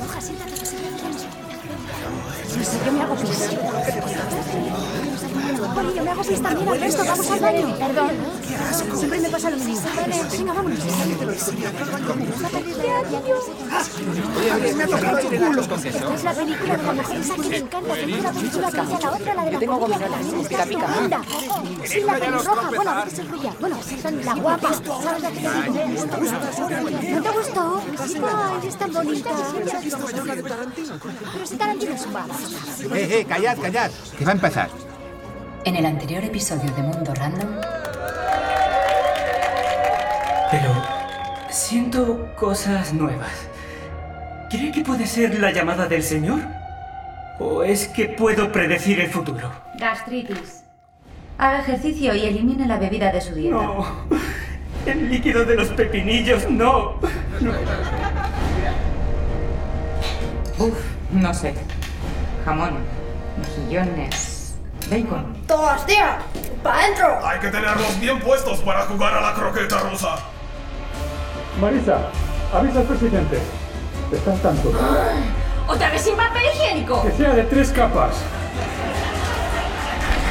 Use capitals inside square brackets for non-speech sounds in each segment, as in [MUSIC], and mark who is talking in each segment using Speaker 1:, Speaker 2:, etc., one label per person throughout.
Speaker 1: Borja, siéntate que se me Si yo me hago pis. Poli, yo me hago pis también, Alberto. Vamos al baño. Perdón. Siempre me pasa lo mismo. Vale, venga, vámonos.
Speaker 2: Me ha tocado el culo.
Speaker 1: Es la película de la mujer esa que me encanta. Tenemos la película que hace la otra, la de la
Speaker 3: tengo
Speaker 1: polilla, que
Speaker 3: gominolas,
Speaker 1: también
Speaker 3: pica,
Speaker 1: está
Speaker 3: pica.
Speaker 1: estupenda. Sí, la pelirroja. Bueno, a veces es rubia. Bueno, son la guapa. ¿Sabes la que te digo? ¿No te gustó? Ay, es tan bonita. Pero si Tarantino es un vago.
Speaker 2: Eh, eh, callad, callad. Que va a empezar.
Speaker 4: En el anterior episodio de Mundo Random,
Speaker 5: Pero siento cosas nuevas. ¿Cree que puede ser la llamada del Señor? ¿O es que puedo predecir el futuro?
Speaker 6: Gastritis. Haga ejercicio y elimine la bebida de su dieta.
Speaker 5: No. El líquido de los pepinillos, no.
Speaker 3: Uf, no sé. Jamón, mejillones, bacon.
Speaker 7: ¡Todos, tío! ¡Pa' adentro!
Speaker 8: Hay que tenerlos bien puestos para jugar a la croqueta rusa.
Speaker 9: Marisa, avisa al presidente. Estás tanto.
Speaker 7: ¡Otra vez sin papel higiénico!
Speaker 9: Que sea de tres capas.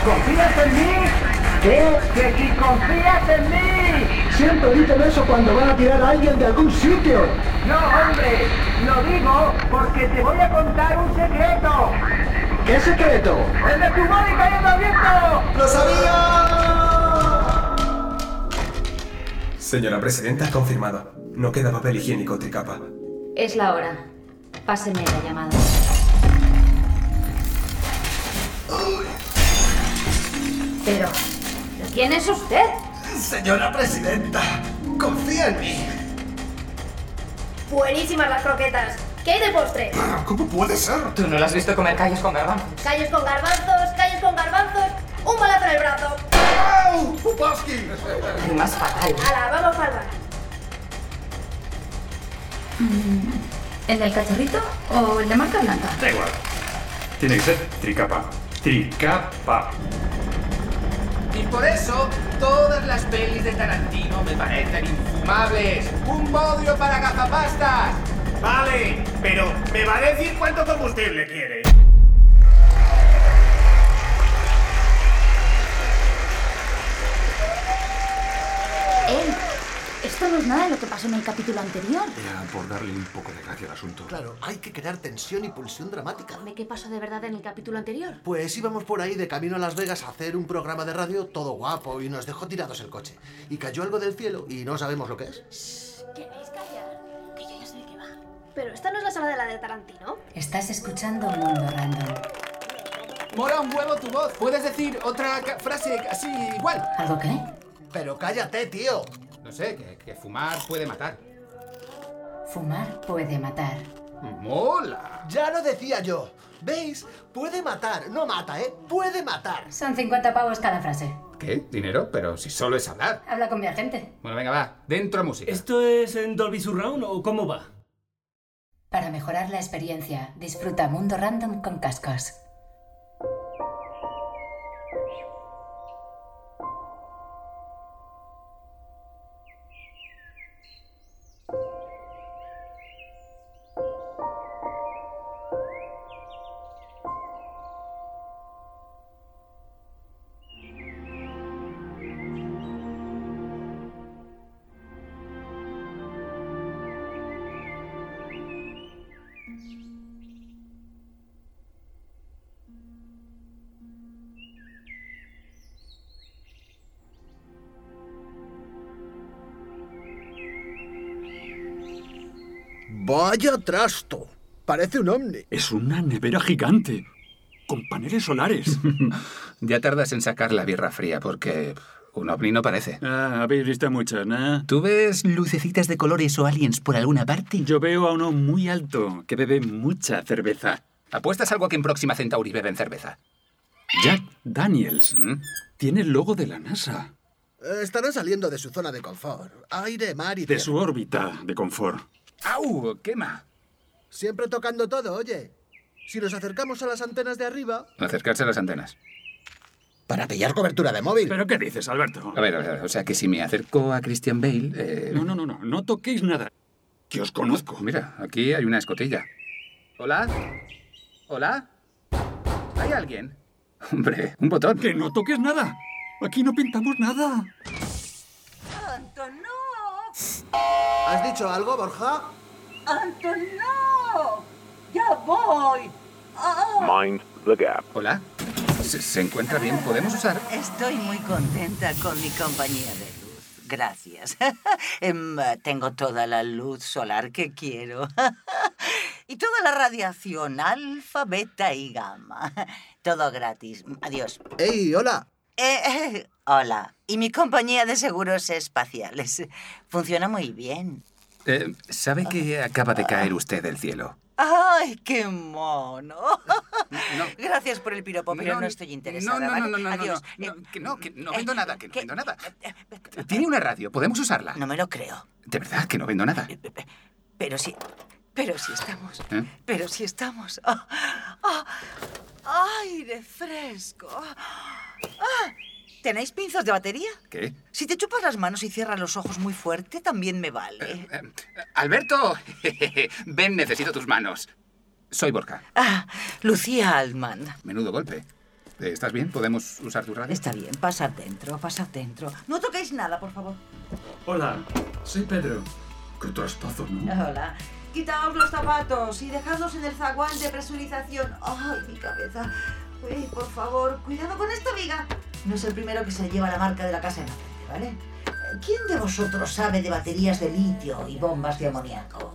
Speaker 10: ¿Confías en mí? ¿Qué? Eh, ¡Que si confías en mí!
Speaker 9: Siempre dicen eso cuando van a tirar a alguien de algún sitio.
Speaker 10: No, hombre, lo digo porque te voy a contar un secreto.
Speaker 9: ¿Qué secreto?
Speaker 10: ¡El de tu móvil cayendo al viento!
Speaker 2: ¡Lo sabía!
Speaker 8: Señora presidenta, confirmado. No queda papel higiénico tricapa.
Speaker 6: Es la hora. Páseme la llamada. Pero, ¿pero ¿quién es usted?
Speaker 8: Señora presidenta, confía en mí.
Speaker 7: Buenísimas las croquetas. ¿Qué hay de postre?
Speaker 8: ¿Cómo puede ser?
Speaker 3: Tú no lo has visto comer callos con garbanzos.
Speaker 7: Callos con garbanzos, callos con garbanzos, un balazo en el brazo.
Speaker 8: ¡Au! ¡Pupaski!
Speaker 3: Y más fatal.
Speaker 7: Ala, vamos al bar.
Speaker 4: Mm,
Speaker 6: ¿El del cacharrito o el de marca blanca?
Speaker 8: Da igual.
Speaker 9: Tiene que ser tricapa. Tricapa.
Speaker 11: Y por eso, todas las pelis de Tarantino me parecen infumables. ¡Un bodrio para gafapastas!
Speaker 8: Vale, pero me va a decir cuánto combustible quiere.
Speaker 1: ¡Ey! Esto no es nada de lo que pasó en el capítulo anterior.
Speaker 12: Era por darle un poco de gracia al asunto.
Speaker 13: Claro, hay que crear tensión y pulsión dramática.
Speaker 1: ¿De qué pasó de verdad en el capítulo anterior?
Speaker 13: Pues íbamos por ahí de camino a Las Vegas a hacer un programa de radio todo guapo y nos dejó tirados el coche. Y cayó algo del cielo y no sabemos lo que es.
Speaker 7: ¿Queréis callar? Que yo ya sé de qué va. Pero esta no es la sala de la de Tarantino.
Speaker 4: estás escuchando Mundo Random,
Speaker 11: Mola un huevo tu voz. Puedes decir otra ca- frase así igual.
Speaker 4: ¿Algo qué?
Speaker 13: Pero cállate, tío.
Speaker 11: No sé, que, que fumar puede matar.
Speaker 4: Fumar puede matar.
Speaker 11: ¡Mola!
Speaker 13: Ya lo decía yo. ¿Veis? Puede matar. No mata, ¿eh? Puede matar.
Speaker 4: Son 50 pavos cada frase.
Speaker 11: ¿Qué? ¿Dinero? Pero si solo es hablar.
Speaker 4: Habla con mi agente.
Speaker 11: Bueno, venga, va. Dentro música.
Speaker 5: ¿Esto es en Dolby Surround o cómo va?
Speaker 4: Para mejorar la experiencia, disfruta Mundo Random con cascos.
Speaker 13: Vaya trasto. Parece un ovni.
Speaker 9: Es una nevera gigante. Con paneles solares.
Speaker 12: [LAUGHS] Ya tardas en sacar la birra fría porque pff, un ovni no parece.
Speaker 9: ah, habéis visto mucho, ¿no?
Speaker 12: ¿Tú ves lucecitas de colores o aliens por alguna parte?
Speaker 9: Yo veo a uno muy alto que bebe mucha cerveza.
Speaker 12: ¿Apuestas algo a que en Próxima Centauri beben cerveza? ¿Mm?
Speaker 9: Jack Daniels. Tiene el logo de la NASA.
Speaker 13: Eh, Estarán saliendo de su zona de confort. Aire, mar y
Speaker 9: De
Speaker 13: tierra.
Speaker 9: su órbita de confort.
Speaker 12: ¡Au! ¡Quema!
Speaker 13: Siempre tocando todo, oye. Si nos acercamos a las antenas de arriba...
Speaker 12: Acercarse a las antenas.
Speaker 13: Para pillar cobertura de móvil.
Speaker 9: ¿Pero qué dices, Alberto?
Speaker 12: A ver, a ver, o sea que si me acerco a Christian Bale... eh,
Speaker 9: No, no, no, no, no toquéis nada.
Speaker 14: Que os conozco.
Speaker 12: Mira, aquí hay una escotilla. ¿Hola? ¿Hola? ¿Hay alguien? Hombre, un botón.
Speaker 14: Que no toques nada. Aquí no pintamos nada.
Speaker 15: ¡Anton, no!
Speaker 13: ¿Has dicho algo, Borja?
Speaker 15: ¡Anton, no! ¡Ya voy! ¡Ah!
Speaker 16: Mind the gap.
Speaker 12: ¿Hola? ¿Se, se encuentra bien? ¿Podemos usar?
Speaker 15: Estoy muy contenta con mi compañía de luz. Gracias. [LAUGHS] Em, Tengo toda la luz solar que quiero. [LAUGHS] y toda la radiación alfa, beta y gamma. [LAUGHS] Todo gratis. Adiós.
Speaker 13: ¡Ey, hola!
Speaker 15: Eh, eh, hola. Y mi compañía de seguros espaciales. [LAUGHS] Funciona muy bien.
Speaker 12: Eh, ¿Sabe que acaba de caer usted del cielo?
Speaker 15: ¡Ay, qué mono! [LAUGHS] Gracias por el piropo, pero no, estoy
Speaker 12: No,
Speaker 15: interesada.
Speaker 12: no, no,
Speaker 15: ¿vale?
Speaker 12: no, no, no,
Speaker 15: Adiós.
Speaker 12: no,
Speaker 15: Eh,
Speaker 12: que no, que no vendo
Speaker 15: eh,
Speaker 12: nada, que no
Speaker 15: que-
Speaker 12: vendo nada. Tiene una radio, podemos usarla.
Speaker 15: No me lo creo. Eh,
Speaker 12: De verdad que no vendo nada.
Speaker 15: Pero sí. Pero sí estamos.
Speaker 12: ¿Eh?
Speaker 15: Pero sí estamos. [LAUGHS] Ah, ah, ¡Aire fresco! Ah, ¿Tenéis pinzas de batería?
Speaker 12: ¿Qué?
Speaker 15: Si te chupas las manos y cierras los ojos muy fuerte, también me
Speaker 12: Eh,
Speaker 15: vale.
Speaker 12: Alberto, [LAUGHS] ven, necesito tus manos. Soy Borja.
Speaker 15: Ah, Lucía Altman.
Speaker 12: Menudo golpe. Eh, ¿Estás bien? ¿Podemos usar tu radio?
Speaker 15: Está bien, pasad dentro, pasad dentro. No toquéis nada, por favor.
Speaker 17: Hola, soy Pedro.
Speaker 14: Qué traspazo, ¿no?
Speaker 15: Hola. Quitaos los zapatos y dejadlos en el zaguán de presurización. ¡Ay, mi cabeza! Uy, por favor, cuidado con esta viga. No es el primero que se lleva la marca de la casa en la frente, ¿vale? Eh, ¿Quién de vosotros sabe de baterías de litio y bombas de amoníaco?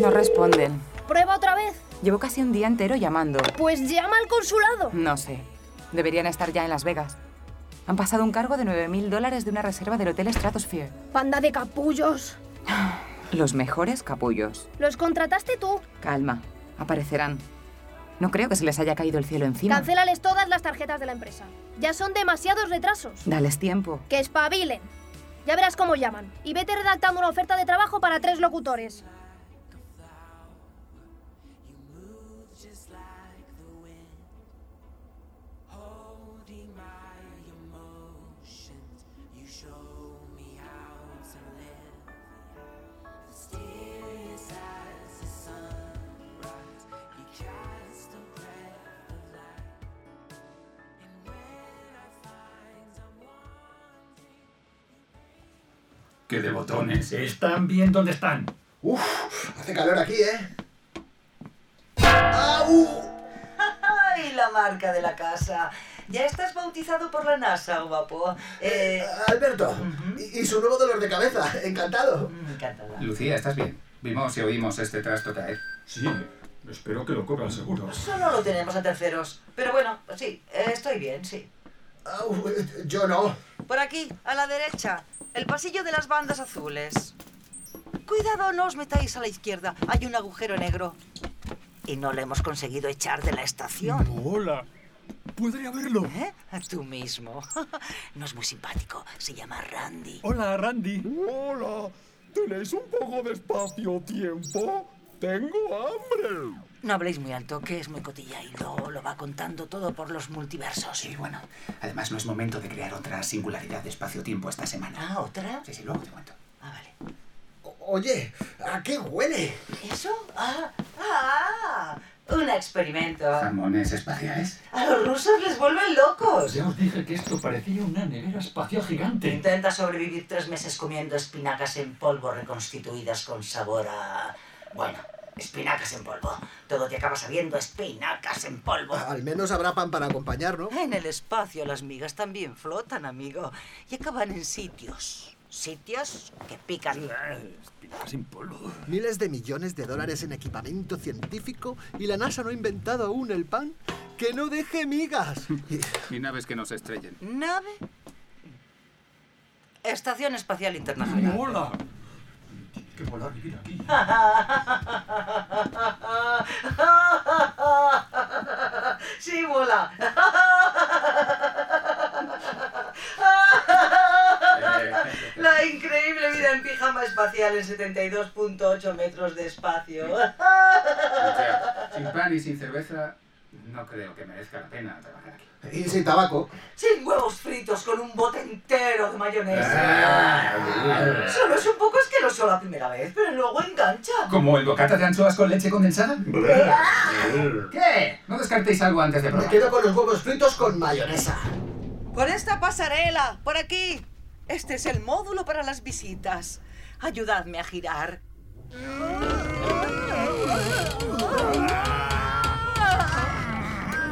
Speaker 3: No responden.
Speaker 7: Prueba otra vez.
Speaker 3: Llevo casi un día entero llamando.
Speaker 7: Pues llama al consulado.
Speaker 3: No sé. Deberían estar ya en Las Vegas. Han pasado un cargo de 9.000 dólares de una reserva del Hotel Stratosphere.
Speaker 7: Panda de capullos.
Speaker 3: Los mejores capullos.
Speaker 7: Los contrataste tú.
Speaker 3: Calma, aparecerán. No creo que se les haya caído el cielo encima.
Speaker 7: Cancélales todas las tarjetas de la empresa. Ya son demasiados retrasos.
Speaker 3: Dales tiempo.
Speaker 7: Que espabilen. Ya verás cómo llaman. Y vete redactando una oferta de trabajo para tres locutores.
Speaker 14: Que de botones.
Speaker 10: Están bien donde están.
Speaker 13: Uf, hace calor aquí, ¿eh?
Speaker 15: [LAUGHS] ¡Ay, la marca de la casa! ¿Ya estás bautizado por la NASA, guapo? Eh,
Speaker 13: Alberto, y, y su nuevo dolor de cabeza. Encantado.
Speaker 15: Mm, encantada.
Speaker 12: Lucía, ¿estás bien? Vimos y oímos este trasto caer.
Speaker 10: Sí, espero que lo cobra el seguro.
Speaker 15: Solo lo tenemos a terceros. Pero bueno, sí, eh, estoy bien, sí.
Speaker 13: eh, Yo no.
Speaker 15: Por aquí, a la derecha, el pasillo de las bandas azules. Cuidado, no os metáis a la izquierda. Hay un agujero negro. Y no lo hemos conseguido echar de la estación.
Speaker 10: Hola. Podría verlo.
Speaker 15: ¿Eh? A tú mismo. [LAUGHS] No es muy simpático. Se llama Randy.
Speaker 10: Hola, Randy. Hola. ¿Tenéis un poco de espacio-tiempo? Tengo hambre.
Speaker 15: No habléis muy alto, que es muy cotilla y luego lo va contando todo por los multiversos. Y bueno.
Speaker 12: Además, no es momento de crear otra singularidad de espacio-tiempo esta semana.
Speaker 15: Ah, ¿otra?
Speaker 12: Sí, sí, luego te cuento.
Speaker 13: Oye, ¿a qué huele?
Speaker 15: ¿Eso? Ah, ah, un experimento.
Speaker 12: Jamones espaciales.
Speaker 15: A los rusos les vuelven locos.
Speaker 10: Ya os dije que esto parecía una nevera espacial gigante.
Speaker 15: Intenta sobrevivir tres meses comiendo espinacas en polvo reconstituidas con sabor a... Bueno, espinacas en polvo. Todo te acaba sabiendo a espinacas en polvo.
Speaker 13: Al menos habrá pan para acompañar, ¿no?
Speaker 15: En el espacio las migas también flotan, amigo, y acaban en sitios. Sitios que pican.
Speaker 10: Sin polvo.
Speaker 13: Miles de millones de dólares en equipamiento científico y la NASA no ha inventado aún el pan que no deje migas.
Speaker 12: Y naves que no se estrellen.
Speaker 15: Nave. Estación Espacial Internacional.
Speaker 10: Hola.
Speaker 18: que volar y ir aquí.
Speaker 14: [LAUGHS] Sí, mola. [LAUGHS] La increíble vida en pijama espacial en 72.8 metros de espacio.
Speaker 12: Sin pan y sin cerveza, no creo que merezca la pena trabajar aquí.
Speaker 13: Y sin tabaco.
Speaker 14: Sin huevos fritos con un bote entero de
Speaker 12: Ah.
Speaker 14: mayonesa. Solo es un poco asqueroso la primera vez, pero luego engancha.
Speaker 12: ¿Como el bocata de anchoas con leche condensada? ¿Qué? No descartéis algo antes de
Speaker 13: Me
Speaker 12: probar.
Speaker 13: quedo con los huevos fritos con mayonesa.
Speaker 19: Por esta pasarela, por aquí. Este es el módulo para las visitas. Ayudadme a girar.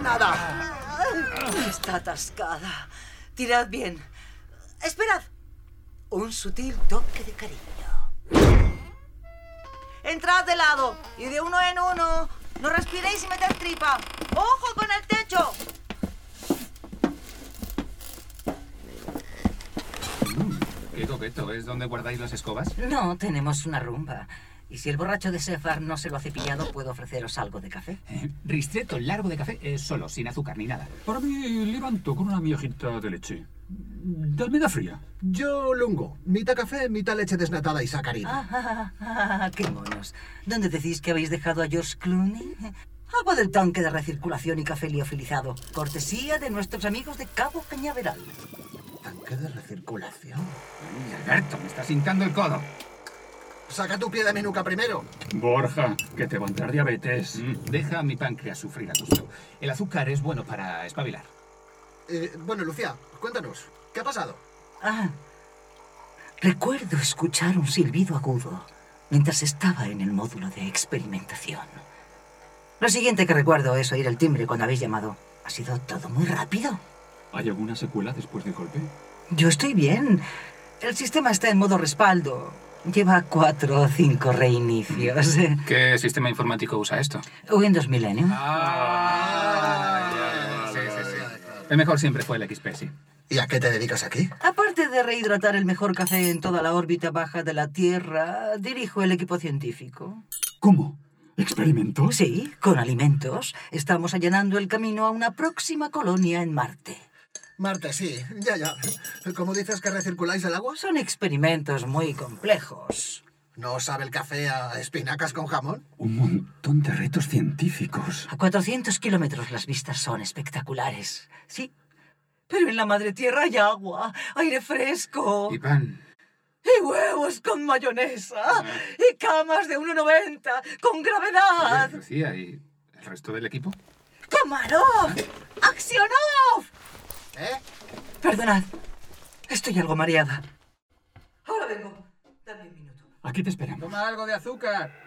Speaker 13: Nada.
Speaker 19: Está atascada. Tirad bien. Esperad. Un sutil toque de cariño.
Speaker 14: Entrad de lado y de uno en uno. No respiréis y meted tripa. ¡Ojo con el techo!
Speaker 12: Qué coqueto, ¿es donde guardáis las escobas?
Speaker 15: No, tenemos una rumba. Y si el borracho de Sefar no se lo ha cepillado, puedo ofreceros algo de café.
Speaker 12: Eh, Ristreto largo de café, eh, solo, sin azúcar ni nada.
Speaker 9: Para mí, levanto con una miejita de leche. De almendra fría.
Speaker 20: Yo lungo. Mitad café, mitad leche desnatada y sacarina.
Speaker 15: Ah, ah, ah, ¡Qué monos! ¿Dónde decís que habéis dejado a George Clooney? Agua del tanque de recirculación y café liofilizado. Cortesía de nuestros amigos de Cabo Cañaveral.
Speaker 20: ¿Tanque de recirculación?
Speaker 12: Alberto, me estás hincando el codo.
Speaker 20: Saca tu pie de mi nuca primero.
Speaker 9: Borja, que te va a entrar diabetes.
Speaker 12: Mm, Deja a mi páncreas sufrir a gusto. El azúcar es bueno para espabilar.
Speaker 20: Eh, bueno, Lucía, cuéntanos. ¿Qué ha pasado?
Speaker 15: Ah, recuerdo escuchar un silbido agudo mientras estaba en el módulo de experimentación. Lo siguiente que recuerdo es oír el timbre cuando habéis llamado. Ha sido todo muy rápido.
Speaker 9: ¿Hay alguna secuela después del golpe?
Speaker 15: Yo estoy bien. El sistema está en modo respaldo. Lleva cuatro o cinco reinicios. [LAUGHS]
Speaker 12: ¿Qué sistema informático usa esto?
Speaker 15: Windows Millennium.
Speaker 9: Ah.
Speaker 20: Ah,
Speaker 12: Sí, sí, sí. El mejor siempre fue el XP, sí.
Speaker 20: ¿Y a qué te dedicas aquí?
Speaker 15: Aparte de rehidratar el mejor café en toda la órbita baja de la Tierra, dirijo el equipo científico.
Speaker 9: ¿Cómo? ¿Experimentos?
Speaker 15: Sí, con alimentos. Estamos allanando el camino a una próxima colonia en Marte.
Speaker 20: Marte, sí. Ya, ya. ¿Cómo dices que recirculáis el agua?
Speaker 15: Son experimentos muy complejos.
Speaker 20: ¿No sabe el café a espinacas con jamón?
Speaker 9: Un montón de retos científicos.
Speaker 15: A 400 kilómetros las vistas son espectaculares. Sí. Pero en la madre tierra hay agua, aire fresco.
Speaker 12: Y pan.
Speaker 15: Y huevos con mayonesa. Y camas de 1,90 con gravedad.
Speaker 12: Lucía, ¿y el resto del equipo?
Speaker 15: ¡Komarov! ¡Accionov!
Speaker 20: ¿Eh?
Speaker 15: Perdonad. Estoy algo mareada.
Speaker 14: Ahora vengo. Dame un minuto.
Speaker 9: Aquí te esperamos.
Speaker 12: Toma algo de azúcar.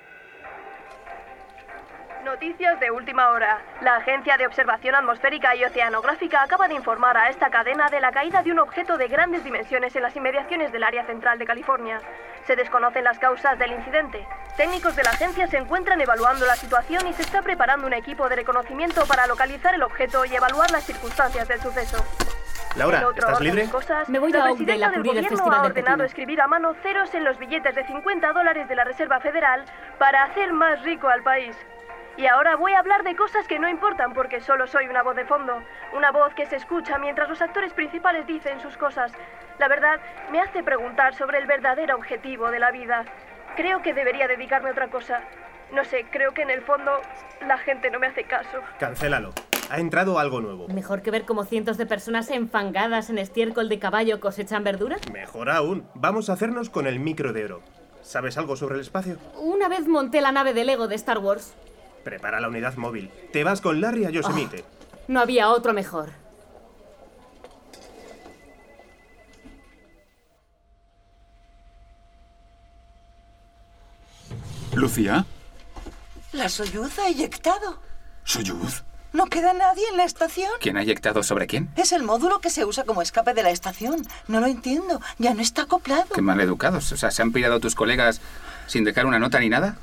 Speaker 21: Noticias de última hora. La Agencia de Observación Atmosférica y Oceanográfica acaba de informar a esta cadena de la caída de un objeto de grandes dimensiones en las inmediaciones del área central de California. Se desconocen las causas del incidente. Técnicos de la agencia se encuentran evaluando la situación y se está preparando un equipo de reconocimiento para localizar el objeto y evaluar las circunstancias del suceso.
Speaker 22: Laura,
Speaker 21: En otro
Speaker 22: ¿estás
Speaker 21: orden de
Speaker 22: libre?
Speaker 21: cosas,
Speaker 23: Me voy a
Speaker 21: la
Speaker 23: Ogden a
Speaker 21: presidenta del
Speaker 23: cubrir el
Speaker 21: gobierno
Speaker 23: festival
Speaker 21: ha
Speaker 23: de
Speaker 21: ordenado
Speaker 23: Pekín.
Speaker 21: escribir a mano ceros en los billetes de 50 dólares de la Reserva Federal para hacer más rico al país. Y ahora voy a hablar de cosas que no importan porque solo soy una voz de fondo, una voz que se escucha mientras los actores principales dicen sus cosas. La verdad, me hace preguntar sobre el verdadero objetivo de la vida. Creo que debería dedicarme a otra cosa. No sé, creo que en el fondo la gente no me hace caso.
Speaker 22: Cancélalo. Ha entrado algo nuevo.
Speaker 23: Mejor que ver cómo cientos de personas enfangadas en estiércol de caballo cosechan verdura.
Speaker 22: Mejor aún, vamos a hacernos con el micro de oro. ¿Sabes algo sobre el espacio?
Speaker 23: Una vez monté la nave de Lego de Star Wars.
Speaker 22: Prepara la unidad móvil. Te vas con Larry a Yosemite.
Speaker 23: No había otro mejor.
Speaker 9: Lucía,
Speaker 19: La Soyuz ha eyectado.
Speaker 9: Soyuz.
Speaker 19: No queda nadie en la estación.
Speaker 12: ¿Quién ha eyectado sobre quién?
Speaker 19: Es el módulo que se usa como escape de la estación. No lo entiendo. Ya no está acoplado.
Speaker 12: Qué maleducados. O sea, ¿se han pirado tus colegas sin dejar una nota ni nada?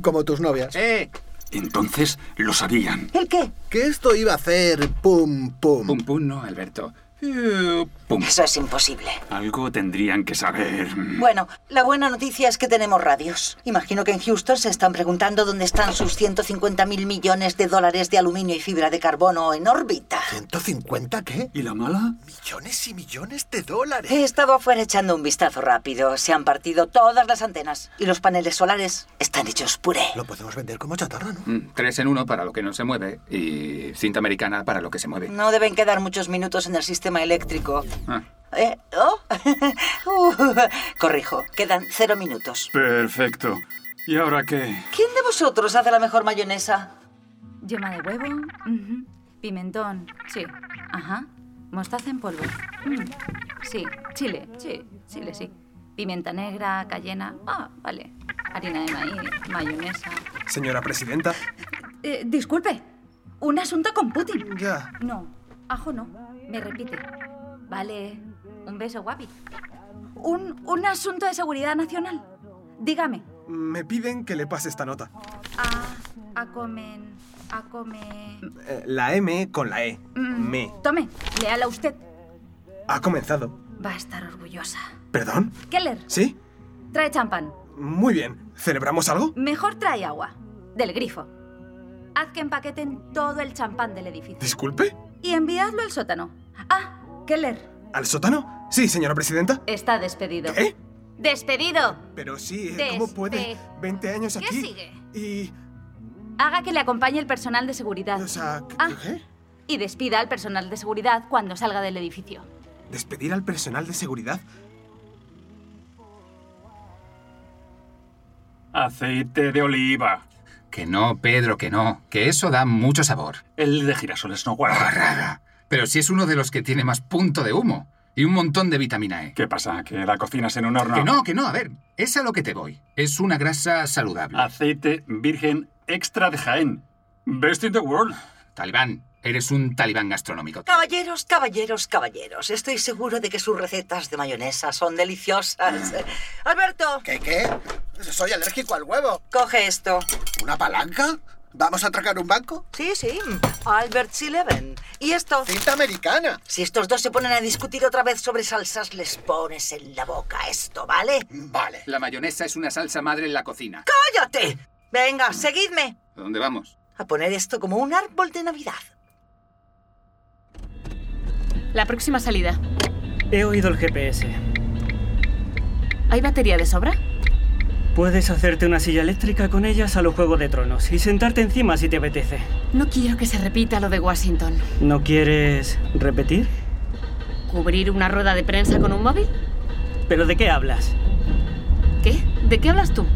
Speaker 13: Como tus novias.
Speaker 12: ¡Eh!
Speaker 9: Entonces lo sabían.
Speaker 19: ¿El qué?
Speaker 13: Que esto iba a hacer pum pum.
Speaker 12: Pum pum no, Alberto.
Speaker 9: Eh, pum.
Speaker 15: Eso es imposible.
Speaker 9: Algo tendrían que saber.
Speaker 15: Bueno, la buena noticia es que tenemos radios. Imagino que en Houston se están preguntando dónde están sus 150 mil millones de dólares de aluminio y fibra de carbono en órbita.
Speaker 20: ¿150 qué?
Speaker 9: ¿Y la mala?
Speaker 20: Millones y millones de dólares.
Speaker 15: He estado afuera echando un vistazo rápido. Se han partido todas las antenas y los paneles solares están hechos puré.
Speaker 20: Lo podemos vender como chatarra, ¿no?
Speaker 12: Mm, Tres en uno para lo que no se mueve y cinta americana para lo que se mueve.
Speaker 15: No deben quedar muchos minutos en el sistema eléctrico.
Speaker 20: Mm.
Speaker 12: Ah,
Speaker 15: Eh, oh. [LAUGHS] Uh, corrijo, quedan cero minutos.
Speaker 9: Perfecto. ¿Y ahora qué?
Speaker 15: ¿Quién de vosotros hace la mejor mayonesa?
Speaker 1: Yema de huevo. ujú. Pimentón. Sí. Ajá. Mostaza en polvo. mm, Sí. Chile. Sí. Chile, sí. Pimienta negra, cayena. Ah, vale. Harina de maíz, mayonesa.
Speaker 8: Ah,
Speaker 22: Señora presidenta.
Speaker 1: Eh, disculpe. Un asunto con Putin.
Speaker 22: Ya.
Speaker 1: No. Ajo no. Me repite. Vale. Un beso, guapi. Un, un asunto de seguridad nacional. Dígame.
Speaker 8: Me piden que le pase esta nota.
Speaker 1: A, a comen, a comer.
Speaker 8: Eh, La M con la E.
Speaker 1: Mm.
Speaker 8: Me.
Speaker 1: Tome, léala usted.
Speaker 8: Ha comenzado.
Speaker 1: Va a estar orgullosa.
Speaker 8: ¿Perdón?
Speaker 1: Keller,
Speaker 8: ¿Sí?
Speaker 1: trae champán.
Speaker 8: Muy bien. ¿Celebramos algo?
Speaker 1: Mejor trae agua. Del grifo. Haz que empaqueten todo el champán del edificio.
Speaker 8: Disculpe.
Speaker 1: Y enviadlo al sótano. Ah, Keller,
Speaker 8: ¿Al sótano? Sí, señora presidenta.
Speaker 1: está despedido.
Speaker 8: ¿Qué?
Speaker 1: ¡Despedido!
Speaker 8: Pero sí, eh, ¿cómo puede?
Speaker 1: Despe-
Speaker 8: 20 años
Speaker 1: ¿Qué
Speaker 8: aquí.
Speaker 1: sigue?
Speaker 8: Y.
Speaker 1: Haga que le acompañe el personal de seguridad.
Speaker 8: O sea,
Speaker 1: Ah,
Speaker 8: ¿qué?
Speaker 1: y despida al personal de seguridad cuando salga del edificio.
Speaker 8: ¿Despedir al personal de seguridad?
Speaker 9: Aceite de oliva.
Speaker 12: Que no, Pedro, que no. Que eso da mucho sabor. Oh,
Speaker 9: El de girasoles no guarda.
Speaker 12: Pero si es uno de los que tiene más punto de humo y un montón de vitamina E.
Speaker 9: ¿Qué pasa? ¿Que la cocinas en un horno?
Speaker 12: Que no, que no, a ver, es a lo que te voy. Es una grasa saludable.
Speaker 9: Aceite virgen extra de Jaén. Best in the world.
Speaker 12: Talibán, eres un talibán gastronómico.
Speaker 15: Caballeros, caballeros, caballeros. Estoy seguro de que sus recetas de mayonesa son
Speaker 20: [LAUGHS]
Speaker 15: deliciosas. Eh, Alberto.
Speaker 20: ¿Qué qué? Soy alérgico al huevo.
Speaker 15: Coge esto.
Speaker 20: ¿Una palanca? ¿Vamos a atracar un banco?
Speaker 15: Sí, sí. Albert Eleven. ¿Y esto?
Speaker 20: Cinta americana.
Speaker 15: Si estos dos se ponen a discutir otra vez sobre salsas, les pones en la boca esto, ¿vale?
Speaker 20: Vale.
Speaker 12: La mayonesa es una salsa madre en la cocina.
Speaker 15: ¡Cállate! Venga, seguidme.
Speaker 12: ¿A dónde vamos?
Speaker 15: A poner esto como un árbol de Navidad.
Speaker 24: La próxima salida.
Speaker 5: He oído el GPS.
Speaker 24: ¿Hay batería de sobra?
Speaker 5: Puedes hacerte una silla eléctrica con ellas a los Juegos de Tronos y sentarte encima si te apetece.
Speaker 24: No quiero que se repita lo de Washington.
Speaker 5: ¿No quieres repetir?
Speaker 24: ¿Cubrir una rueda de prensa con un móvil?
Speaker 5: ¿Pero de qué hablas?
Speaker 24: ¿Qué? ¿De qué hablas tú?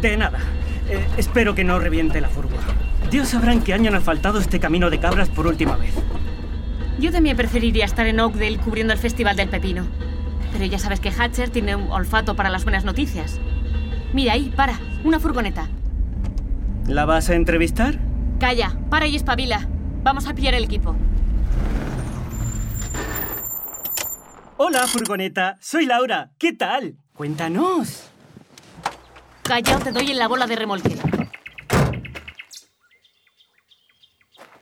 Speaker 5: De nada. Eh, espero que no reviente la furgoneta. Dios sabrán que hayan asfaltado este camino de cabras por última vez.
Speaker 24: Yo también preferiría estar en Oakdale cubriendo el Festival del Pepino. Pero ya sabes que Hatcher tiene un olfato para las buenas noticias. Mira ahí, para, una furgoneta.
Speaker 5: ¿La vas a entrevistar?
Speaker 24: Calla, para y espabila. Vamos a pillar el equipo.
Speaker 5: Hola, furgoneta. Soy Laura. ¿Qué tal? Cuéntanos.
Speaker 24: Calla o te doy en la bola de remolque.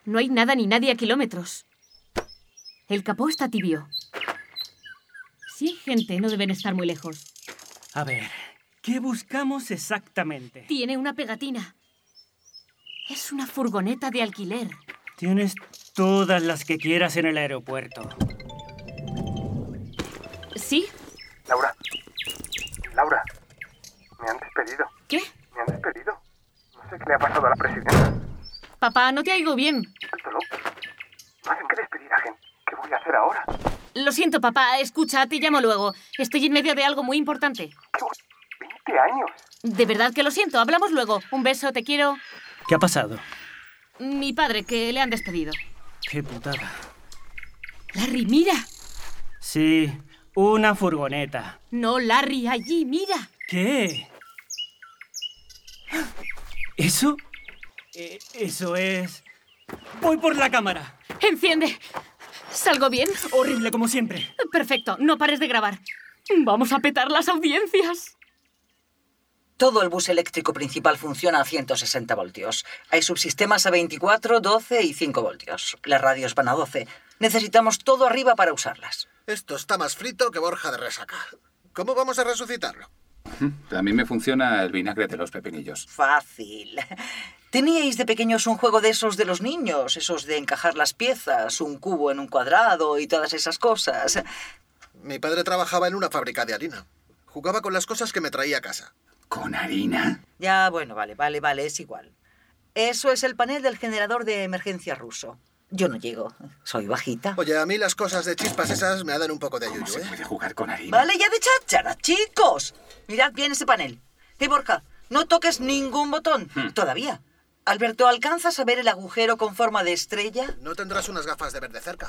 Speaker 24: No hay nada ni nadie a kilómetros. El capó está tibio. Si hay gente, no deben estar muy lejos.
Speaker 5: A ver, ¿qué buscamos exactamente?
Speaker 24: Tiene una pegatina. Es una furgoneta de alquiler.
Speaker 5: Tienes todas las que quieras en el aeropuerto.
Speaker 24: ¿Sí?
Speaker 25: Laura. Laura. Me han despedido.
Speaker 24: ¿Qué?
Speaker 25: Me han despedido. No sé qué le ha pasado a la presidenta.
Speaker 24: Papá, no te oigo bien.
Speaker 25: Alto loco. No hacen que despedir a gente. ¿Qué voy a hacer ahora?
Speaker 24: Lo siento, papá. Escucha, te llamo luego. Estoy en medio de algo muy importante.
Speaker 25: ¿Qué años?
Speaker 24: De verdad que lo siento. Hablamos luego. Un beso, te quiero.
Speaker 5: ¿Qué ha pasado?
Speaker 24: Mi padre, que le han despedido.
Speaker 5: Qué putada.
Speaker 24: Larry, mira.
Speaker 5: Sí, una furgoneta.
Speaker 24: No, Larry, allí, mira.
Speaker 5: ¿Qué? ¿Eso? Eh, Eso es... Voy por la cámara.
Speaker 24: Enciende. ¿Salgo bien?
Speaker 5: Horrible como siempre.
Speaker 24: Perfecto, no pares de grabar. Vamos a petar las audiencias.
Speaker 15: Todo el bus eléctrico principal funciona a 160 voltios. Hay subsistemas a 24, 12 y 5 voltios. Las radios van a 12. Necesitamos todo arriba para usarlas.
Speaker 20: Esto está más frito que Borja de resaca. ¿Cómo vamos a resucitarlo?
Speaker 12: También me funciona el vinagre de los pepinillos.
Speaker 15: Fácil. [LAUGHS] Teníais de pequeños un juego de esos de los niños, esos de encajar las piezas, un cubo en un cuadrado y todas esas cosas.
Speaker 20: Mi padre trabajaba en una fábrica de harina. Jugaba con las cosas que me traía a casa.
Speaker 12: ¿Con harina?
Speaker 15: Ya, bueno, vale, vale, vale, es igual. Eso es el panel del generador de emergencia ruso. Yo no llego. Soy bajita.
Speaker 20: Oye, a mí las cosas de chispas esas me dan un poco de yuyu,
Speaker 12: se
Speaker 20: ¿eh?
Speaker 12: puede jugar con harina?
Speaker 15: Vale, ya de cháchara, chicos. Mirad bien ese panel. Y Borja, no toques ningún botón. Todavía. Alberto, ¿alcanzas a ver el agujero con forma de estrella?
Speaker 20: No tendrás unas gafas de ver de cerca.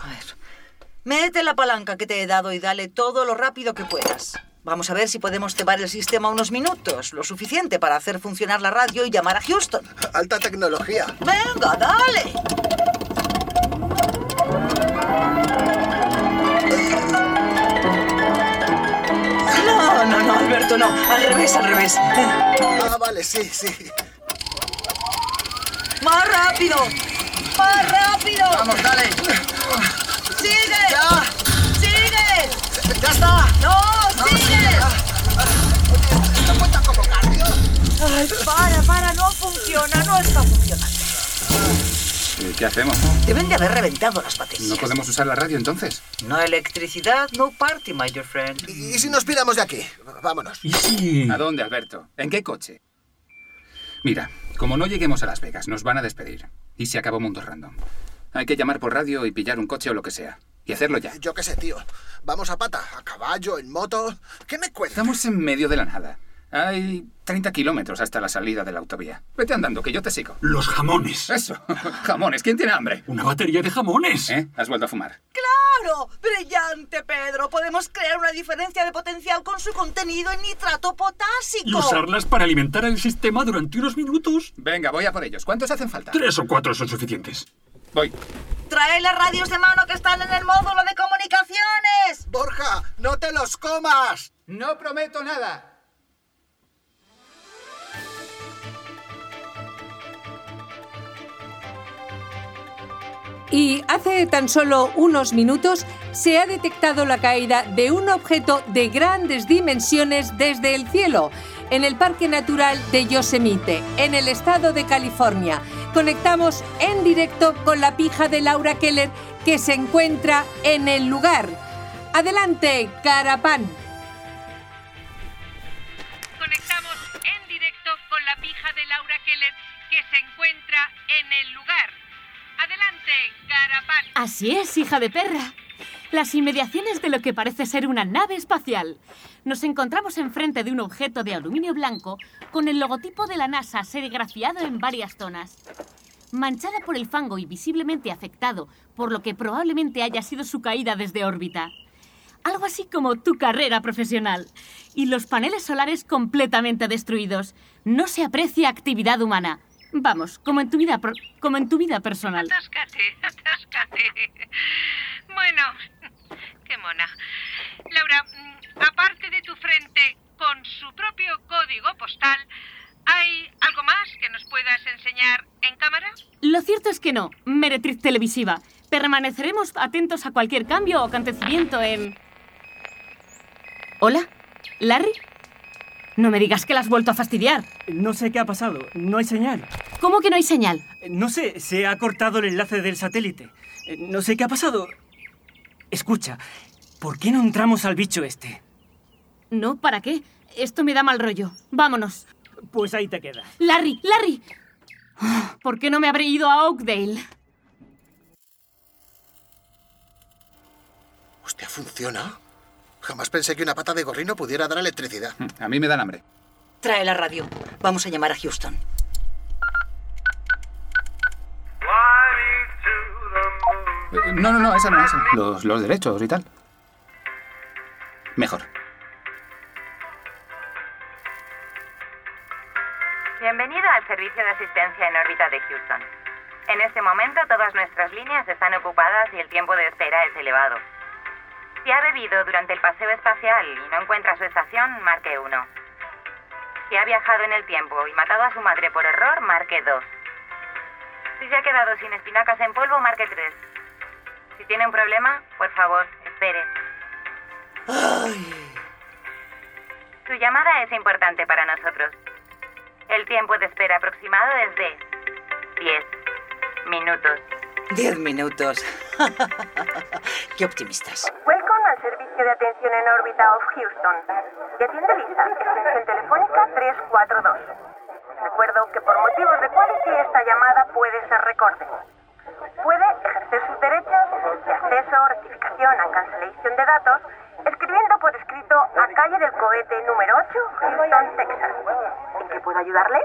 Speaker 15: Mete la palanca que te he dado y dale todo lo rápido que puedas. Vamos a ver si podemos cebar el sistema unos minutos, lo suficiente para hacer funcionar la radio y llamar a Houston.
Speaker 20: Alta tecnología.
Speaker 15: ¡Venga, dale! No, no, no, Alberto, no. Al revés, al revés.
Speaker 20: Ah, vale, sí, sí.
Speaker 15: ¡Más rápido! ¡Más rápido!
Speaker 20: Vamos, dale.
Speaker 15: ¡Sigue! ¡Sigue! ¡Ya está! ¡No, sigue! Ay, para, para, no funciona, no está funcionando.
Speaker 12: ¿Y Eh, ¿Qué hacemos?
Speaker 15: Deben de haber reventado las baterías.
Speaker 12: ¿No podemos usar la radio entonces?
Speaker 15: No electricidad, no party, my dear friend.
Speaker 20: ¿Y si nos piramos de aquí? Vámonos.
Speaker 12: ¿A dónde, Alberto? ¿En qué coche? Mira, como no lleguemos a Las Vegas, nos van a despedir. Y se acabó Mundo Random. Hay que llamar por radio y pillar un coche o lo que sea. Y hacerlo ya.
Speaker 20: Yo qué sé, tío. Vamos a pata, a caballo, en moto. ¿Qué me cuentas?
Speaker 12: Estamos en medio de la nada. Hay 30 kilómetros hasta la salida de la autovía. Vete andando, que yo te sigo.
Speaker 9: Los jamones.
Speaker 12: Eso. [LAUGHS] Jamones. ¿Quién tiene hambre?
Speaker 9: Una batería de jamones.
Speaker 12: ¿Eh? ¿Has vuelto a fumar?
Speaker 14: ¡Claro! ¡Brillante, Pedro! Podemos crear una diferencia de potencial con su contenido en nitrato potásico.
Speaker 9: Y usarlas para alimentar el sistema durante unos minutos.
Speaker 12: Venga, voy a por ellos. ¿Cuántos hacen falta?
Speaker 9: Tres o cuatro son suficientes.
Speaker 12: Voy.
Speaker 26: Eh,
Speaker 14: Trae las radios de mano que están en el módulo de comunicaciones.
Speaker 20: Borja, no te los comas.
Speaker 11: No prometo nada.
Speaker 27: Y hace tan solo unos minutos se ha detectado la caída de un objeto de grandes dimensiones desde el cielo en el Parque Natural de Yosemite, en el estado de California. Conectamos en directo con la pija de Laura Keller que se encuentra en el lugar. Adelante, Carapán.
Speaker 3: Conectamos en directo con la pija de Laura Keller que se encuentra en el lugar. Adelante, Carapán.
Speaker 24: Así es, hija de perra. Las inmediaciones de lo que parece ser una nave espacial. Nos encontramos enfrente de un objeto de aluminio blanco con el logotipo de la NASA serigrafiado en varias zonas. Manchada por el fango y visiblemente afectado por lo que probablemente haya sido su caída desde órbita. Algo así como tu carrera profesional. Y los paneles solares completamente destruidos. No se aprecia actividad humana. Vamos, como en tu vida, pro- como en tu vida personal.
Speaker 3: Atáscate, atáscate. Bueno, qué mona. Laura, mm, aparte de tu frente con su propio código postal, ¿hay algo más que nos puedas enseñar en cámara?
Speaker 24: Lo cierto es que no, meretriz televisiva. Permaneceremos atentos a cualquier cambio o acontecimiento en... ¿Hola? ¿Larry? No me digas que la has vuelto a fastidiar.
Speaker 28: No sé qué ha pasado, no hay señal. Eh,
Speaker 24: ¿Cómo que no hay señal?
Speaker 28: No sé, se ha cortado el enlace del satélite. Eh, No sé qué ha pasado. Escucha, ¿por qué no entramos al bicho este?
Speaker 24: No, ¿para qué? Esto me da mal rollo. Vámonos.
Speaker 28: Pues ahí te queda.
Speaker 24: Larry, Larry. Ah, ¿Por qué no me habré ido a Oakdale?
Speaker 20: Hostia, funciona. Jamás pensé que una pata de gorrino pudiera dar electricidad.
Speaker 12: A mí me dan hambre.
Speaker 15: Trae la radio. Vamos a llamar a Houston.
Speaker 12: Eh, No, no, no, esa no, esa. Los, los derechos y tal. Mejor.
Speaker 29: Bienvenido al servicio de asistencia en órbita de Houston. En este momento todas nuestras líneas están ocupadas y el tiempo de espera es elevado. Si ha bebido durante el paseo espacial y no encuentra su estación, marque 1. Si ha viajado en el tiempo y matado a su madre por error, marque 2. Si se ha quedado sin espinacas en polvo, marque 3. Si tiene un problema, por favor, espere. Su llamada es importante para nosotros. El tiempo de espera aproximado es de 10 minutos.
Speaker 15: Diez minutos. [LAUGHS] Qué optimistas.
Speaker 30: Welcome al servicio de atención en órbita of Houston. Y atiende lista, extensión telefónica 342. Recuerdo que por motivos de quality esta llamada puede ser recorde. Puede ejercer sus derechos de acceso, rectificación a cancelación de datos escribiendo por escrito a calle del cohete número 8, Houston, Texas. ¿En qué puedo ayudarle?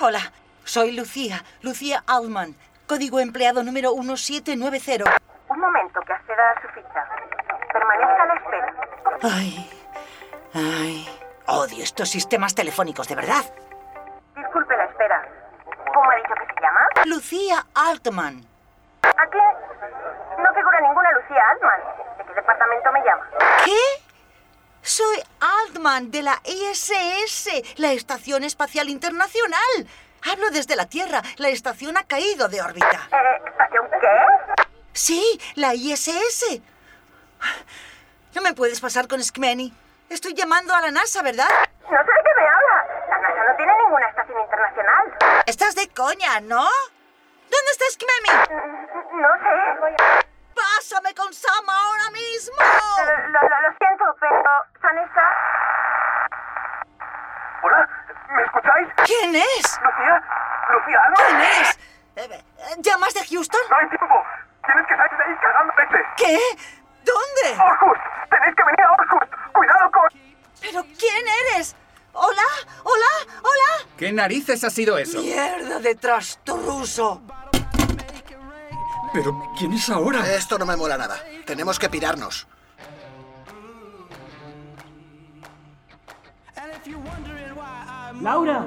Speaker 15: Hola, soy Lucía, Lucía Altman, código empleado número 1790.
Speaker 30: Un momento que acceda a su ficha. Permanezca a la espera.
Speaker 15: Ay, ay. Odio estos sistemas telefónicos, de verdad.
Speaker 30: Disculpe la espera. ¿Cómo ha dicho que se llama?
Speaker 15: Lucía Altman.
Speaker 30: Aquí no figura ninguna Lucía Altman. ¿De qué departamento me llama?
Speaker 15: ¿Qué? Soy Altman de la ISS, la Estación Espacial Internacional. Hablo desde la Tierra. La estación ha caído de órbita.
Speaker 30: ¿Estación qué?
Speaker 15: Sí, la ISS. No me puedes pasar con Skmeny. Estoy llamando a la NASA, ¿verdad?
Speaker 30: No sé de qué me habla. La NASA no tiene ninguna estación internacional.
Speaker 15: Estás de coña, ¿no? ¿Dónde está Skmeny?
Speaker 30: Mm, No sé.
Speaker 15: Pásame con Sam ahora mismo.
Speaker 30: Lo, lo- lo siento, pero San está...
Speaker 31: Hola, ¿me escucháis?
Speaker 15: ¿Quién es?
Speaker 31: Lucía, Lucía, ¿no?
Speaker 15: ¿Quién es? Eh, eh, ¿Llamas de Houston?
Speaker 31: No hay tiempo. Tienes que salir de ahí cagando leche.
Speaker 15: ¿Qué? ¿Dónde?
Speaker 31: Orkut, tenéis que venir a Orkut. Cuidado con...
Speaker 15: ¿Pero quién eres? ¿Hola? ¿Hola? ¿Hola?
Speaker 26: ¿Qué narices ha sido
Speaker 12: Pues
Speaker 26: eso?
Speaker 15: ¡Mierda de trastorruso!
Speaker 13: Pero, ¿quién es ahora? Esto no me mola nada. Tenemos que pirarnos.
Speaker 32: Laura,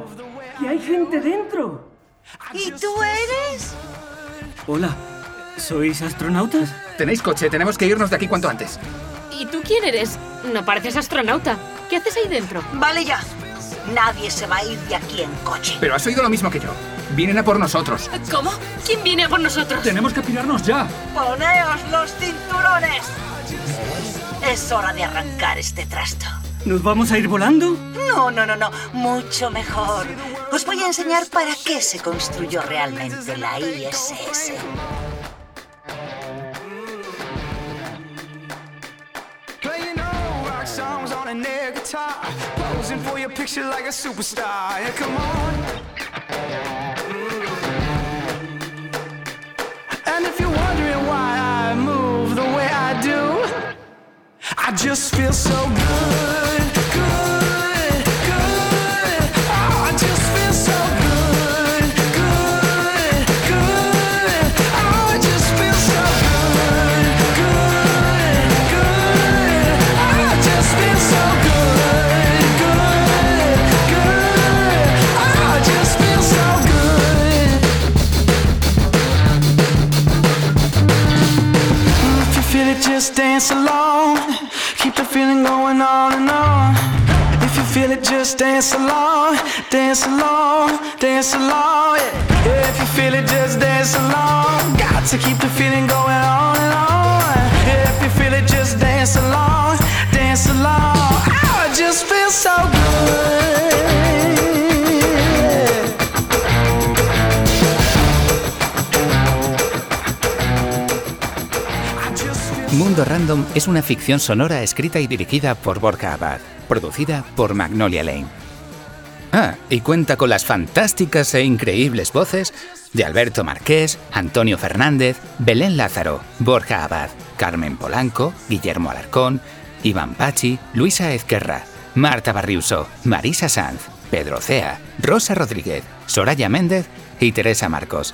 Speaker 32: que hay gente dentro.
Speaker 15: ¿Y tú eres?
Speaker 32: Hola, ¿sois astronautas?
Speaker 26: Tenéis coche, tenemos que irnos de aquí cuanto antes.
Speaker 24: ¿Y tú quién eres? No pareces astronauta. ¿Qué haces ahí dentro?
Speaker 15: Vale ya. Nadie se va a ir de aquí en coche.
Speaker 26: Pero has oído lo mismo que yo. Vienen a por nosotros.
Speaker 24: ¿Cómo? ¿Quién viene a por nosotros?
Speaker 26: Tenemos que pirarnos ya.
Speaker 15: ¡Poneos los cinturones! Es hora de arrancar este trasto.
Speaker 32: ¿Nos vamos a ir volando?
Speaker 15: No, no, no, no. Mucho mejor. Os voy a enseñar para qué se construyó realmente la ISS.
Speaker 10: Playing old rock songs on an air guitar. Posing for your picture like a superstar. Yeah, come on. And if you're wondering why I move the way I do, I just feel so good. good, good. Oh, I just feel so good, good, good. Oh, I just feel so good, good, good. Oh, I just feel so good, good, good. Oh, I just feel so good. If you feel it, just dance along. Keep the feeling going on and on. If you feel it, just dance along, dance along, dance along. Yeah. Yeah, If you feel it, just dance along. Got to keep the feeling going on and on. Yeah, If you feel it, just dance along, dance along. Oh, it just feels so good.
Speaker 12: Mundo Random es una ficción sonora escrita y dirigida por Borja Abad, producida por Magnolia Lane. Ah, y cuenta con las fantásticas e increíbles voces de Alberto Marqués, Antonio Fernández, Belén Lázaro, Borja Abad, Carmen Polanco, Guillermo Alarcón, Iván Pachi, Luisa Ezquerra, Marta Barriuso, Marisa Sanz, Pedro Cea, Rosa Rodríguez, Soraya Méndez y Teresa Marcos.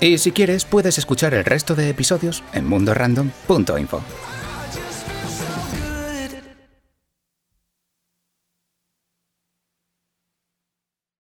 Speaker 12: Y si quieres, puedes escuchar el resto de episodios en mundorandom.info.